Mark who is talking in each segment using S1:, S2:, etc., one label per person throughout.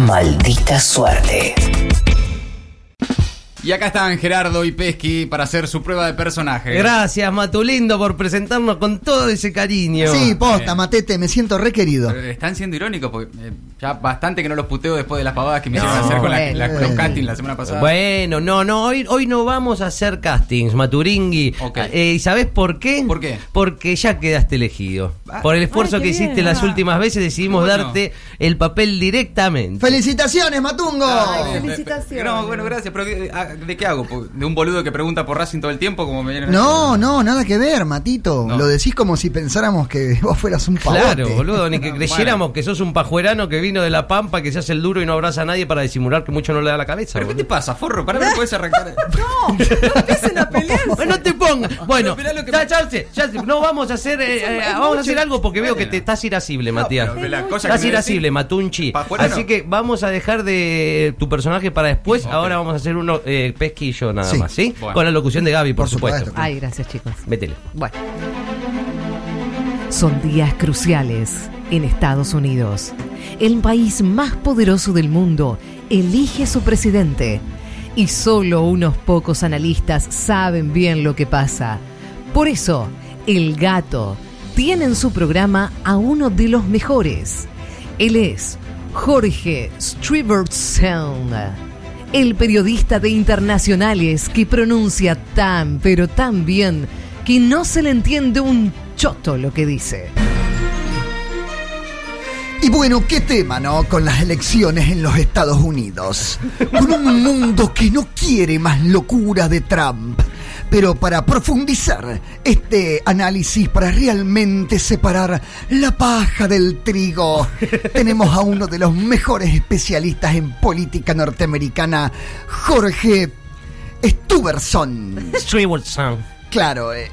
S1: Maldita suerte.
S2: Y acá están Gerardo y Pesky para hacer su prueba de personaje.
S3: Gracias, Matulindo, por presentarnos con todo ese cariño.
S4: Sí, posta,
S2: Bien.
S4: matete, me siento requerido.
S2: Pero Eh, Están siendo irónicos porque eh, ya bastante que no los puteo después de las pavadas que me hicieron hacer con la,
S4: bueno,
S2: la-
S4: bueno.
S2: los castings la semana pasada.
S3: Bueno, no, no, hoy, hoy no vamos a hacer castings, Maturingui.
S2: Ok.
S3: Eh, ¿Y sabés por qué?
S2: ¿Por qué?
S3: Porque ya quedaste elegido.
S2: Ah,
S3: por el esfuerzo
S5: ay, qué
S3: que hiciste
S5: bien,
S3: las
S5: ah.
S3: últimas veces decidimos
S2: Bueno.
S3: darte el papel directamente.
S4: ¡Felicitaciones, Matungo!
S2: Ay,
S5: Ay,
S2: eh,
S5: felicitaciones.
S2: No, bueno, gracias, pero ¿qué- ah, ¿de qué hago? ¿Po- ¿De un boludo que pregunta por Racing todo el tiempo? Como me vienen
S4: No, no, nada que ver, Matito.
S2: No.
S4: Lo decís como si pensáramos que vos fueras un pavote.
S3: Claro, boludo, ni que
S2: No,
S3: creyéramos
S2: bueno.
S3: que sos un pajuerano que vino de la pampa, que se hace el duro y no abraza a nadie para disimular que mucho no le da la cabeza.
S2: ¿Pero qué te
S3: boludo.
S2: pasa, forro? ¿Para no puedes arrancar?
S5: No, no empiecen a pelearse.
S3: no te pongas. Bueno,
S2: mirá lo que
S3: ya,
S2: me-
S3: ya sé, ya sé. no vamos a hacer, eh, eh,
S5: es
S3: vamos a
S5: mucho.
S3: hacer algo porque veo que
S2: Bueno.
S3: te estás irascible, Matías.
S2: pero la cosa que
S3: Estás
S2: me
S3: irascible,
S2: decís-
S3: Matunchi.
S2: Pajuerano.
S3: Así que vamos a dejar de tu personaje para después. Ahora vamos a hacer uno eh, pesqui y yo nada
S4: Sí.
S3: más, ¿sí?
S2: Bueno.
S3: Con la locución de Gaby, por,
S4: Por
S3: supuesto.
S4: supuesto. Ah.
S5: Ay, gracias, chicos.
S3: Métele.
S5: Bueno. Son días cruciales en Estados Unidos. El país más poderoso del mundo elige su presidente. Y solo unos pocos analistas saben bien lo que pasa. Por eso, El Gato tiene en su programa a uno de los mejores. Él es Jorge Striverson. El periodista de internacionales que pronuncia tan, pero tan bien, que no se le entiende un choto lo que dice.
S4: Y bueno, qué tema, ¿no? Con las elecciones en los Estados Unidos. Con un mundo que no quiere más locura de Trump. Pero para profundizar este análisis, para realmente separar la paja del trigo, tenemos a uno de los mejores especialistas en política norteamericana, Jorge Stuberson.
S3: Stewardson.
S4: Claro, eh,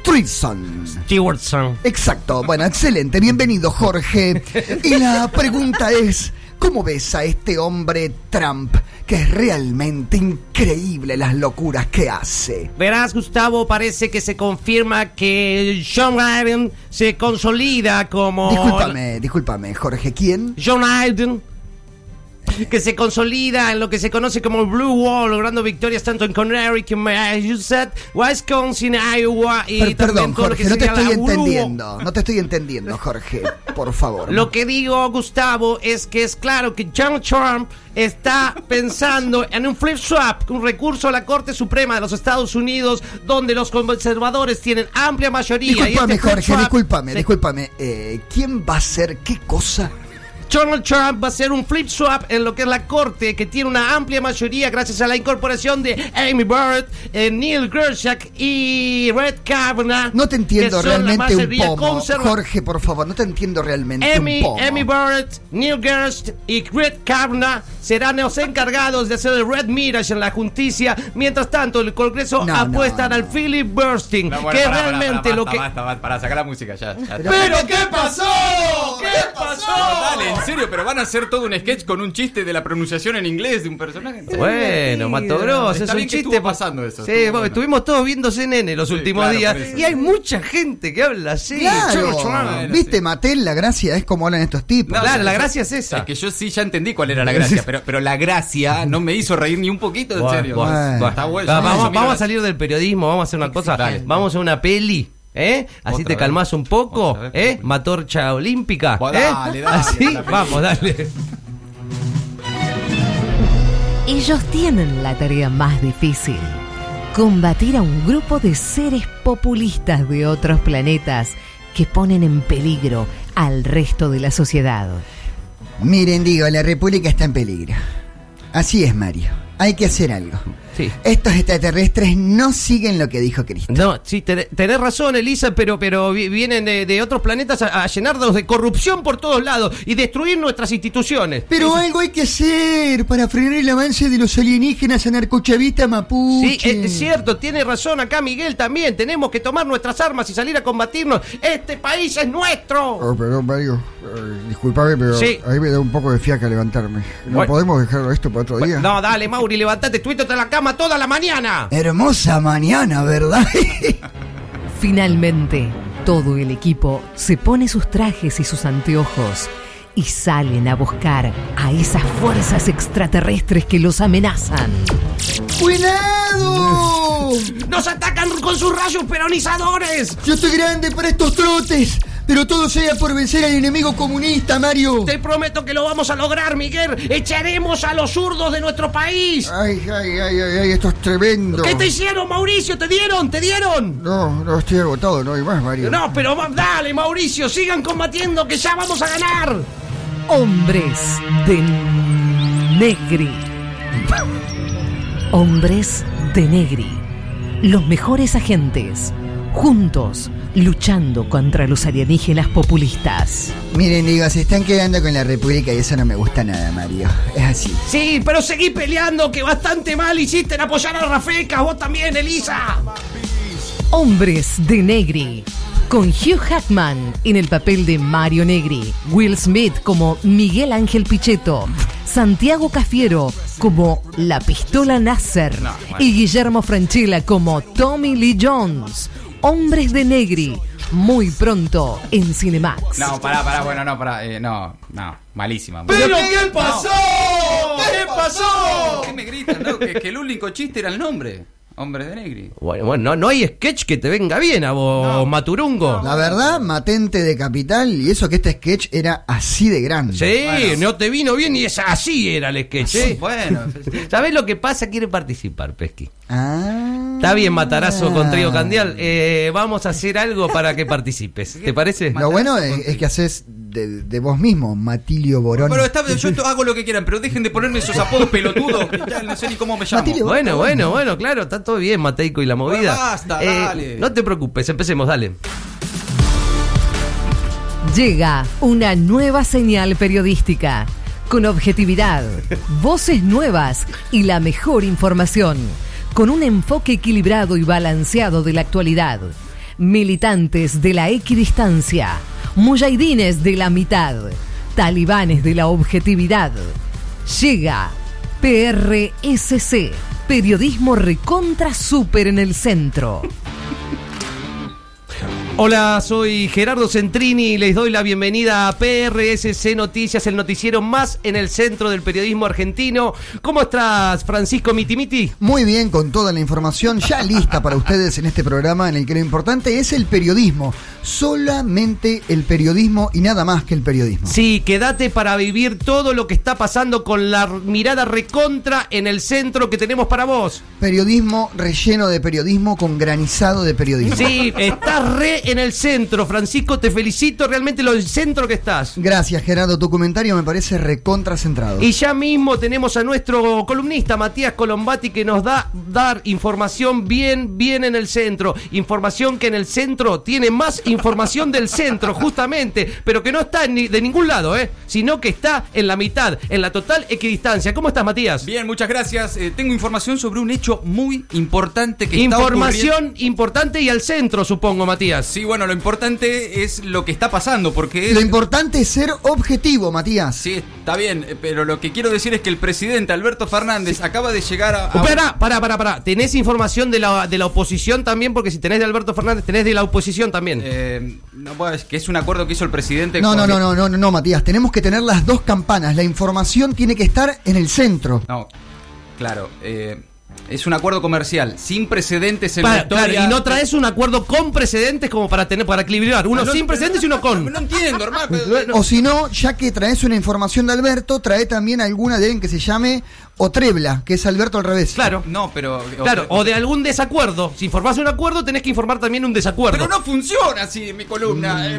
S4: Streetson.
S3: Stewardson.
S4: Exacto, bueno, excelente. Bienvenido, Jorge. Y la pregunta es, ¿cómo ves a este hombre Trump? Que es realmente increíble las locuras que hace.
S3: Verás, Gustavo, parece que se confirma que John Biden se consolida como...
S4: Discúlpame, discúlpame, Jorge, ¿quién?
S3: John Biden que se consolida en lo que se conoce como el Blue Wall, logrando victorias tanto en Connecticut, Massachusetts, Wisconsin, Iowa y
S4: Per-
S3: también
S4: perdón,
S3: todo lo que
S4: Jorge, no te
S3: sería
S4: estoy
S3: la Blue Wall.
S4: entendiendo. No te estoy entendiendo, Jorge, por favor.
S3: Lo que digo, Gustavo, es que es claro que John Trump está pensando en un flip swap, un recurso a la Corte Suprema de los Estados Unidos, donde los conservadores tienen amplia mayoría. y
S4: Discúlpame,
S3: este flip
S4: Jorge,
S3: swap-
S4: discúlpame,
S3: Sí.
S4: discúlpame. Eh, ¿Quién va a hacer qué cosa?
S3: Donald Trump va a ser un flip swap en lo que es la corte, que tiene una amplia mayoría gracias a la incorporación de Amy Barrett, eh, Neil Gershak y Red Kavanaugh.
S4: No te entiendo
S3: que son la
S4: realmente un
S3: mayoría
S4: pomo.
S3: conserva-
S4: Jorge, por favor, no te entiendo realmente
S3: Amy,
S4: un pomo.
S3: Amy Barrett, Neil Gerst y Red Kavanaugh serán los encargados de hacer el Red Mirage en la justicia. Mientras tanto, el Congreso
S4: No, no,
S3: apuestan al
S4: no.
S3: Philip Bursting,
S2: No, bueno,
S3: que
S2: pará, pará,
S3: realmente
S2: pará,
S3: lo
S2: basta,
S3: que...
S2: Basta, basta, para sacar la música ya. ya está.
S4: Pero ¿qué pasó?
S2: ¿Qué pasó? Dale, en serio, pero van a hacer todo un sketch con un chiste de la pronunciación en inglés de un personaje.
S3: Bueno, Mato Grosso,
S2: Está
S3: es un
S2: bien que
S3: chiste.
S2: estuvo pasando eso,
S3: Sí,
S2: estuvo
S3: bueno,
S2: bueno.
S3: estuvimos todos viendo CNN los
S2: Sí,
S3: últimos
S2: claro,
S3: días.
S2: por eso.
S3: Y hay mucha gente que habla así.
S4: Claro.
S3: Chorro, chorro.
S2: Bueno,
S4: Viste,
S2: sí.
S4: Matel, la gracia es como hablan estos tipos.
S2: No,
S3: Claro, la
S2: yo-
S3: gracia es esa.
S2: Es que yo sí ya entendí cuál era la gracia, pero, pero la gracia no me hizo reír ni un poquito, en
S3: Buah,
S2: serio.
S3: buah,
S4: Bueno.
S3: buah.
S2: Está bueno.
S3: Va,
S2: Yo
S3: vamos,
S2: miro
S3: vamos a
S2: la-
S3: salir del periodismo, vamos a hacer una cosa.
S2: Dale.
S3: Vamos a una peli. ¿Eh? Así
S2: Otra
S3: te
S2: vez.
S3: calmas un poco,
S2: Otra vez.
S3: ¿eh? Matorcha olímpica,
S2: Buah,
S3: ¿eh?
S2: dale, dale,
S3: Así,
S2: la peli.
S3: vamos, dale.
S5: Ellos tienen la tarea más difícil, combatir a un grupo de seres populistas de otros planetas que ponen en peligro al resto de la sociedad.
S4: Miren, digo, la República está en peligro. Así es, Mario. Hay que hacer algo.
S3: Sí.
S4: Estos extraterrestres no siguen lo que dijo Cristo.
S3: No, sí, ten- tenés razón, Elisa, pero, pero vi- vienen de, de otros planetas a, a llenarnos de corrupción por todos lados y destruir nuestras instituciones.
S4: Pero algo hay que hacer para frenar el avance de los alienígenas a narcochavistas mapuche.
S3: Sí, es cierto, tiene razón acá Miguel también. Tenemos que tomar nuestras armas y salir a combatirnos. Este país es nuestro.
S4: Oh, perdón, Mario. disculpame, pero
S3: Sí.
S4: ahí me da un poco de fiaca levantarme. ¿No
S3: Bueno.
S4: podemos dejarlo esto para otro día?
S3: No, dale, Mauri, levantate, estuviste hasta la cama toda la mañana.
S4: Hermosa mañana, ¿verdad?
S5: Finalmente, todo el equipo se pone sus trajes y sus anteojos y salen a buscar a esas fuerzas extraterrestres que los amenazan.
S4: ¡Cuidado!
S6: ¡Nos atacan con sus rayos peronizadores!
S4: Yo estoy grande para estos trotes, pero todo sea por vencer al enemigo comunista, Mario.
S6: Te prometo que lo vamos a lograr, Miguel. Echaremos a los zurdos de nuestro país.
S4: Ay, ay, ay, ay, ay, esto es tremendo.
S6: ¿Qué te hicieron, Mauricio? ¿Te dieron? ¿Te dieron?
S4: No, no estoy agotado, no hay más, Mario.
S6: No, pero va- dale, Mauricio, sigan combatiendo que ya vamos a ganar.
S5: Hombres de Negri. Hombres de Negri. Los mejores agentes. Juntos, luchando contra los alienígenas populistas.
S4: Miren, digo, se están quedando con la República y eso no me gusta nada, Mario. Es así.
S6: Sí, pero seguí peleando que bastante mal hiciste en apoyar a Rafecas, vos también, Elisa.
S5: Hombres de Negri. Con Hugh Hackman en el papel de Mario Negri, Will Smith como Miguel Ángel Pichetto, Santiago Cafiero como La Pistola Nasser
S2: No, bueno.
S5: y Guillermo Franchella como Tommy Lee Jones. Hombres de Negri, muy pronto en Cinemax.
S2: No, pará, pará, bueno, no, pará. eh, no, no, malísima.
S6: ¿Pero qué pasó? ¿Qué pasó?
S2: ¿Qué me gritan? no? Que, que el único chiste era el nombre. Hombre de Negri.
S3: Bueno, bueno, no, no hay sketch que te venga bien a vos, Maturungo.
S4: La verdad, matente de capital, y eso que este sketch era así de grande.
S3: Sí, no te vino bien y es así era el sketch. ¿eh?
S2: Bueno,
S3: ¿Sabés lo que pasa? Quiere participar, Pesqui.
S4: Ah.
S3: Está bien, Matarazo con
S2: Ah.
S3: Trío Candial. Eh, vamos a hacer algo para que participes. ¿Te parece?
S4: Lo bueno es, es que haces de, de vos mismo, Matilio Borón.
S2: pero está, yo to- hago lo que quieran, pero dejen de ponerme esos apodos pelotudos que ya no sé ni cómo me llamo.
S4: Matilde,
S3: Bueno, bueno, bueno, claro, está todo bien, Mateico y la movida. Eh,
S2: Bueno, basta, dale.
S3: No te preocupes, empecemos, dale.
S5: Llega una nueva señal periodística, con objetividad, voces nuevas y la mejor información, con un enfoque equilibrado y balanceado de la actualidad. Militantes de la equidistancia, muyahidines de la mitad, talibanes de la objetividad. Llega PRSC, periodismo recontra super en el centro.
S3: Hola, soy Gerardo Centrini y les doy la bienvenida a PRSC Noticias, el noticiero más en el centro del periodismo argentino. ¿Cómo estás, Francisco Mitimiti?
S4: Muy bien, con toda la información ya lista para ustedes en este programa en el que lo importante es el periodismo. Solamente el periodismo y nada más que el periodismo.
S3: Sí, quédate para vivir todo lo que está pasando con la mirada recontra en el centro que tenemos para vos.
S4: Periodismo relleno de periodismo con granizado de periodismo.
S3: Sí, estás re en el centro, Francisco, te felicito realmente lo del centro que estás.
S4: Gracias, Gerardo. Tu comentario me parece recontracentrado.
S3: Y ya mismo tenemos a nuestro columnista Matías Colombati que nos da dar información bien, bien en el centro. Información que en el centro tiene más información del centro, justamente, pero que no está ni de ningún lado, ¿eh? sino que está en la mitad, en la total equidistancia. ¿Cómo estás, Matías?
S2: Bien, muchas gracias. Eh, tengo información sobre un hecho muy importante que está ocurriendo.
S3: Información importante y al centro, supongo, Matías.
S2: Sí, bueno, lo importante es lo que está pasando, porque es-
S4: Lo importante es ser objetivo, Matías.
S2: Sí, está bien, eh, pero lo que quiero decir es que el presidente Alberto Fernández acaba de llegar a... a-
S3: Pará, pará, pará, pará. ¿Tenés información de la, de la oposición también? Porque si tenés de Alberto Fernández, tenés de la oposición también.
S2: Eh, no, bueno, es que es un acuerdo que hizo el presidente...
S4: No,
S2: con-
S4: no, no, no, no, no, no, Matías. Tenemos que tener las dos campanas. La información tiene que estar en el centro.
S2: No, claro, eh, es un acuerdo comercial sin precedentes en
S3: Pa-
S2: la
S3: claro,
S2: historia.
S3: y no traes un acuerdo con precedentes como para tener para equilibrar. Uno sin precedentes y uno
S2: No,
S3: con.
S2: entiendo, hermano. pero-
S4: O si no, ya que traes una información de Alberto, trae también alguna de alguien que se llame Otrebla, que es Alberto al revés.
S3: Claro.
S2: No, pero... o-
S3: Claro, o de algún desacuerdo. Si informás un acuerdo, tenés que informar también un desacuerdo.
S2: Pero no funciona así mi columna. eh.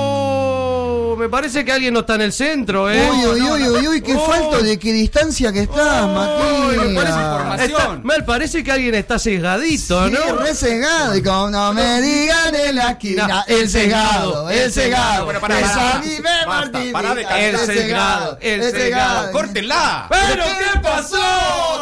S3: ¡Oh! Me parece que alguien no está en el centro, ¿eh?
S4: Uy, uy, uy, uy, uy, qué
S3: Oh.
S4: falto de qué distancia que estás,
S2: pero ¿cuál es el
S4: Matías.
S2: formato?
S3: Está- me parece que alguien está sesgadito,
S4: Sí,
S3: ¿no?
S4: re cegado, y como no me digan en la esquina, el cegado, el cegado,
S2: Bueno, pará, pará.
S4: Esa ni me
S2: Basta,
S4: martiriza,
S2: pará de cantar.
S3: El cegado, el cegado.
S2: ¡Córtenla!
S3: ¿Pero qué pasó?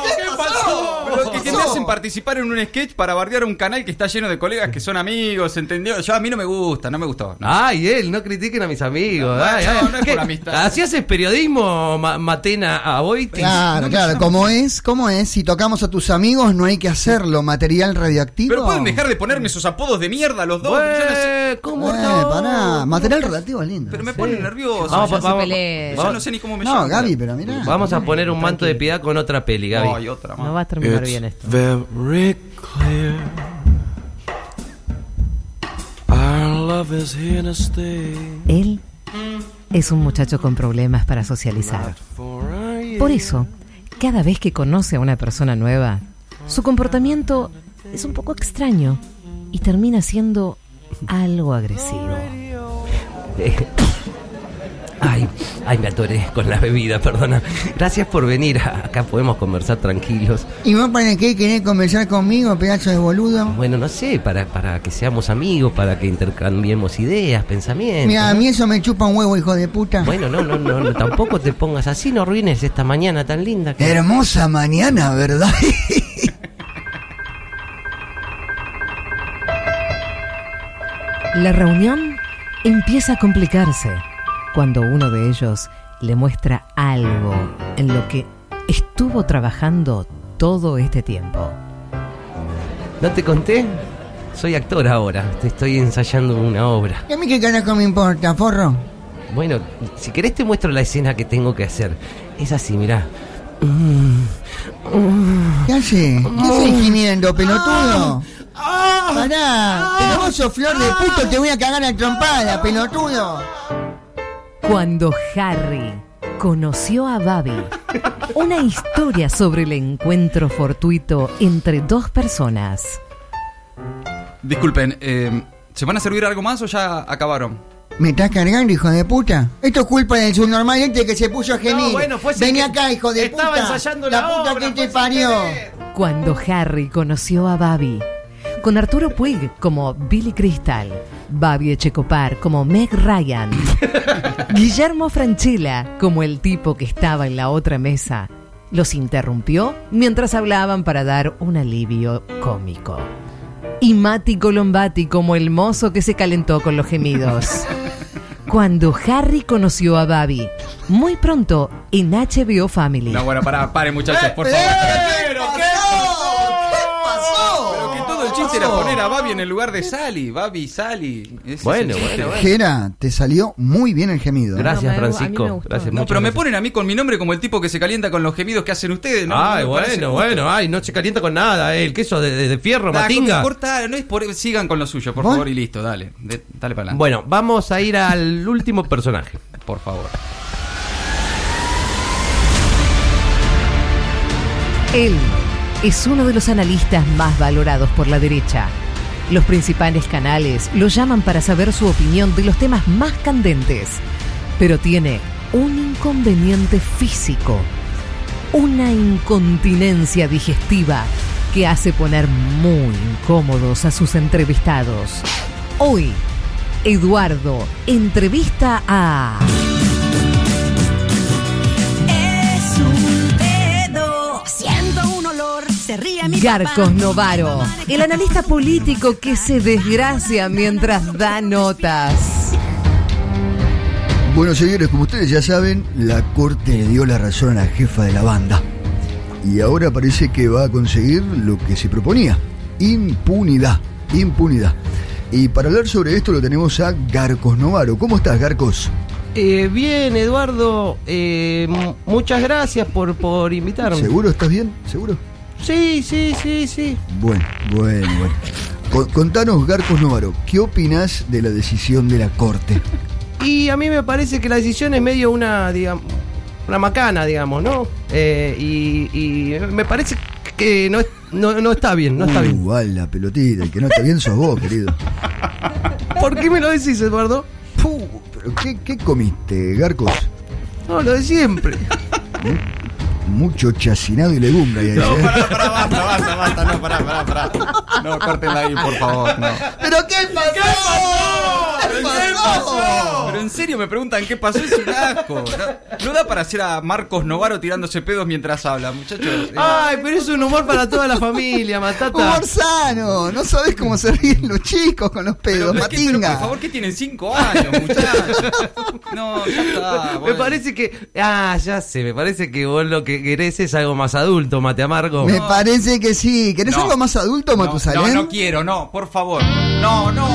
S4: ¿Qué pasó?
S2: Pero es que me hacen participar en un sketch para bardear un canal que está lleno de colegas que son amigos, ¿entendió? Yo a mí no me gusta, no me gustó. no.
S3: Ay, él, no critiquen a mis amigos.
S2: No,
S3: ay,
S2: no,
S3: ay.
S2: no es
S3: ¿Qué?
S2: por amistad.
S3: ¿Así haces periodismo, Ma- Matena a Boitis?
S4: Claro, claro, como es, como es, si tocamos a tus amigos no hay que hacerlo, material radioactivo.
S2: Pero pueden dejar de ponerme esos apodos de mierda los dos. yo no sé-
S3: Güey, ¿Cómo
S4: Eh,
S3: no?
S4: pará, material radioactivo es lindo.
S2: pero me ponen nervioso.
S3: Vamos,
S2: ya
S3: pa- vamos,
S5: peleen.
S2: ya
S3: vamos-
S2: no sé ni cómo me
S4: No,
S2: llaman.
S4: Gaby, pero mirá.
S3: vamos a poner un manto de piedad con otra peli, Gaby.
S2: Ay, otra más.
S5: No va a terminar bien esto.
S7: very clear. Our love is here to stay
S5: Él es un muchacho con problemas para socializar.
S7: for a year.
S5: Por eso, cada vez que conoce a una persona nueva, su comportamiento es un poco extraño y termina siendo algo agresivo.
S3: Eh, Ay, ay, me atoré con la bebida, perdona. Gracias por venir. Acá podemos conversar tranquilos.
S4: ¿Y vos para qué querés conversar conmigo, pedazo de boludo?
S3: Bueno, no sé, para, para que seamos amigos, para que intercambiemos ideas, pensamientos.
S4: Mira, a mí eso me chupa un huevo, hijo de puta.
S3: Bueno, no, no, no, no, tampoco te pongas así, no arruines esta mañana tan linda. que-
S4: Hermosa mañana, ¿verdad?
S5: La reunión empieza a complicarse cuando uno de ellos le muestra algo en lo que estuvo trabajando todo este tiempo.
S3: ¿No te conté? Soy actor ahora, te estoy ensayando una obra.
S4: ¿Y a mí qué carajo me importa, forro?
S3: Bueno, si querés te muestro la escena que tengo que hacer. Es así, mirá. Mm.
S4: ¿Qué hace? ¿Qué haces gimiendo, pelotudo? Pará, pero vos sos flor de puto, te voy a cagar a trompada, pelotudo.
S5: Cuando Harry conoció a Babi, una historia sobre el encuentro fortuito entre dos personas.
S2: Disculpen, eh, ¿se van a servir algo más o ya acabaron?
S4: ¿Me estás cargando, hijo de puta? Esto es culpa del subnormal este que se puso a gemir.
S3: No, bueno, fue sin
S4: Vení
S3: que-
S4: acá, hijo de
S3: estaba
S4: puta.
S3: ensayando la
S4: puta
S3: obra, pues,
S4: que
S3: fue
S4: te
S3: sin
S4: parió.
S3: querer.
S5: Cuando Harry conoció a Babi, con Arturo Puig como Billy Crystal, Babi Echecopar como Meg Ryan, Guillermo Franchella como el tipo que estaba en la otra mesa, los interrumpió mientras hablaban para dar un alivio cómico. Y Mati Colombati como el mozo que se calentó con los gemidos. Cuando Harry conoció a Babi, muy pronto en HBO Family.
S2: No, bueno, para, paren muchachos, por favor.
S4: Eh, ¿Qué pasó? ¿Qué pasó?
S2: Pero que todo el chiste era poner a Babi en el lugar de Sally. Babi, Sally. Ese es
S3: Bueno,
S2: el chiste.
S3: bueno, bueno.
S4: Gera, te salió muy bien el gemido. ¿eh?
S3: Gracias,
S5: No, me- a mí me
S3: Francisco.
S5: gustó.
S3: Gracias,
S2: No,
S3: muchas
S2: pero me
S3: gracias.
S2: ponen a mí con mi nombre como el tipo que se calienta con los gemidos que hacen ustedes. ¿no?
S3: Ay,
S2: No me parece
S3: bueno,
S2: justo.
S3: bueno, ay, no se calienta con nada, eh, el queso de, de- de fierro,
S2: Da,
S3: matinga.
S2: corta, no es por- sigan con lo suyo, por
S4: ¿Vos?
S2: favor, y listo, dale. De- dale para adelante.
S3: Bueno, vamos a ir al último personaje.
S2: Por favor.
S5: Él es uno de los analistas más valorados por la derecha. Los principales canales lo llaman para saber su opinión de los temas más candentes, pero tiene un inconveniente físico, una incontinencia digestiva que hace poner muy incómodos a sus entrevistados. Hoy, Eduardo entrevista a...
S8: Es un pedo. Siento un olor. Se ríe mi papá.
S5: Garcos Novaro, el analista político que se desgracia mientras da notas.
S4: Bueno, señores, como ustedes ya saben, la corte le dio la razón a la jefa de la banda. Y ahora parece que va a conseguir lo que se proponía. Impunidad, impunidad. Y para hablar sobre esto lo tenemos a Garcos Novaro. ¿Cómo estás, Garcos?
S3: Eh, bien, Eduardo, eh, m- muchas gracias por, por invitarme.
S4: ¿Seguro estás bien? ¿Seguro?
S3: Sí, sí, sí, sí.
S4: Bueno, bueno, bueno. Con- contanos, Garcos Novaro, ¿qué opinás de la decisión de la corte?
S3: Y a mí me parece que la decisión es medio una, digamos, una macana, digamos, ¿no? Eh, y, y me parece que no, es- no, no está bien, no está bien.
S4: Uh, a la pelotita, el que no está bien sos vos, querido.
S3: ¿Por qué me lo decís, Eduardo?
S4: Puh, pero ¿qué, qué comiste, Garcos?
S3: No, lo de siempre.
S4: Mucho chacinado y legumbre ahí, ¿eh?
S2: pará, basta, basta, basta, no, pará, pará, pará. No, córtenla ahí, por favor, no.
S4: ¿Pero qué pasó?
S2: Pero en serio- Pero en serio me preguntan qué pasó, es un asco. No, no da para hacer a Marcos Novaro tirándose pedos mientras habla, muchachos. Eh,
S3: Ay, pero es un humor para toda la familia, Matata.
S4: Humor sano, Uh, no sabes cómo se ríen los chicos con los
S2: pero,
S4: pedos,
S2: es que- pero, por
S4: matinga.
S2: favor, que tienen 5 años, muchachos. No, ya está.
S3: Me
S2: bueno.
S3: parece que. Ah, ya sé, me parece que vos lo que querés es algo más adulto, Mate Amargo.
S4: Me parece que sí. ¿Querés
S2: No.
S4: algo más adulto,
S2: no,
S4: Matusalén?
S2: No, no quiero, no, por favor. No, no.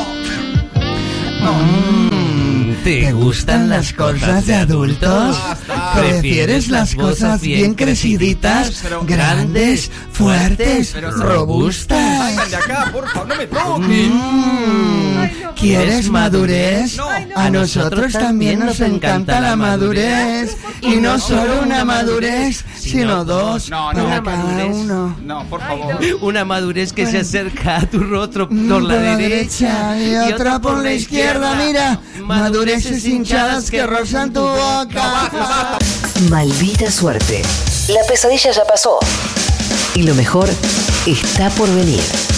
S3: Mm,
S4: ¿Te gustan las cosas de adultos?
S2: Basta.
S4: ¿Prefieres las cosas bien creciditas,
S2: pero-
S4: grandes, fuertes,
S2: pero- Salgan de
S4: robustas?
S2: acá, por favor, no me toquen.
S4: ¿Quieres madurez?
S2: No. Ay, no.
S4: A nosotros también nos encanta la madurez. Y no solo una madurez, sino dos
S2: No, no.
S4: para
S2: Una
S4: cada
S3: madurez.
S4: uno.
S2: No, por favor.
S3: Una madurez que se acerca a tu rostro
S4: Mm,
S3: por la derecha
S4: y otra por la izquierda, mira, madureces hinchadas que rozan tu boca.
S1: Maldita suerte. La pesadilla ya pasó. Y lo mejor está por venir.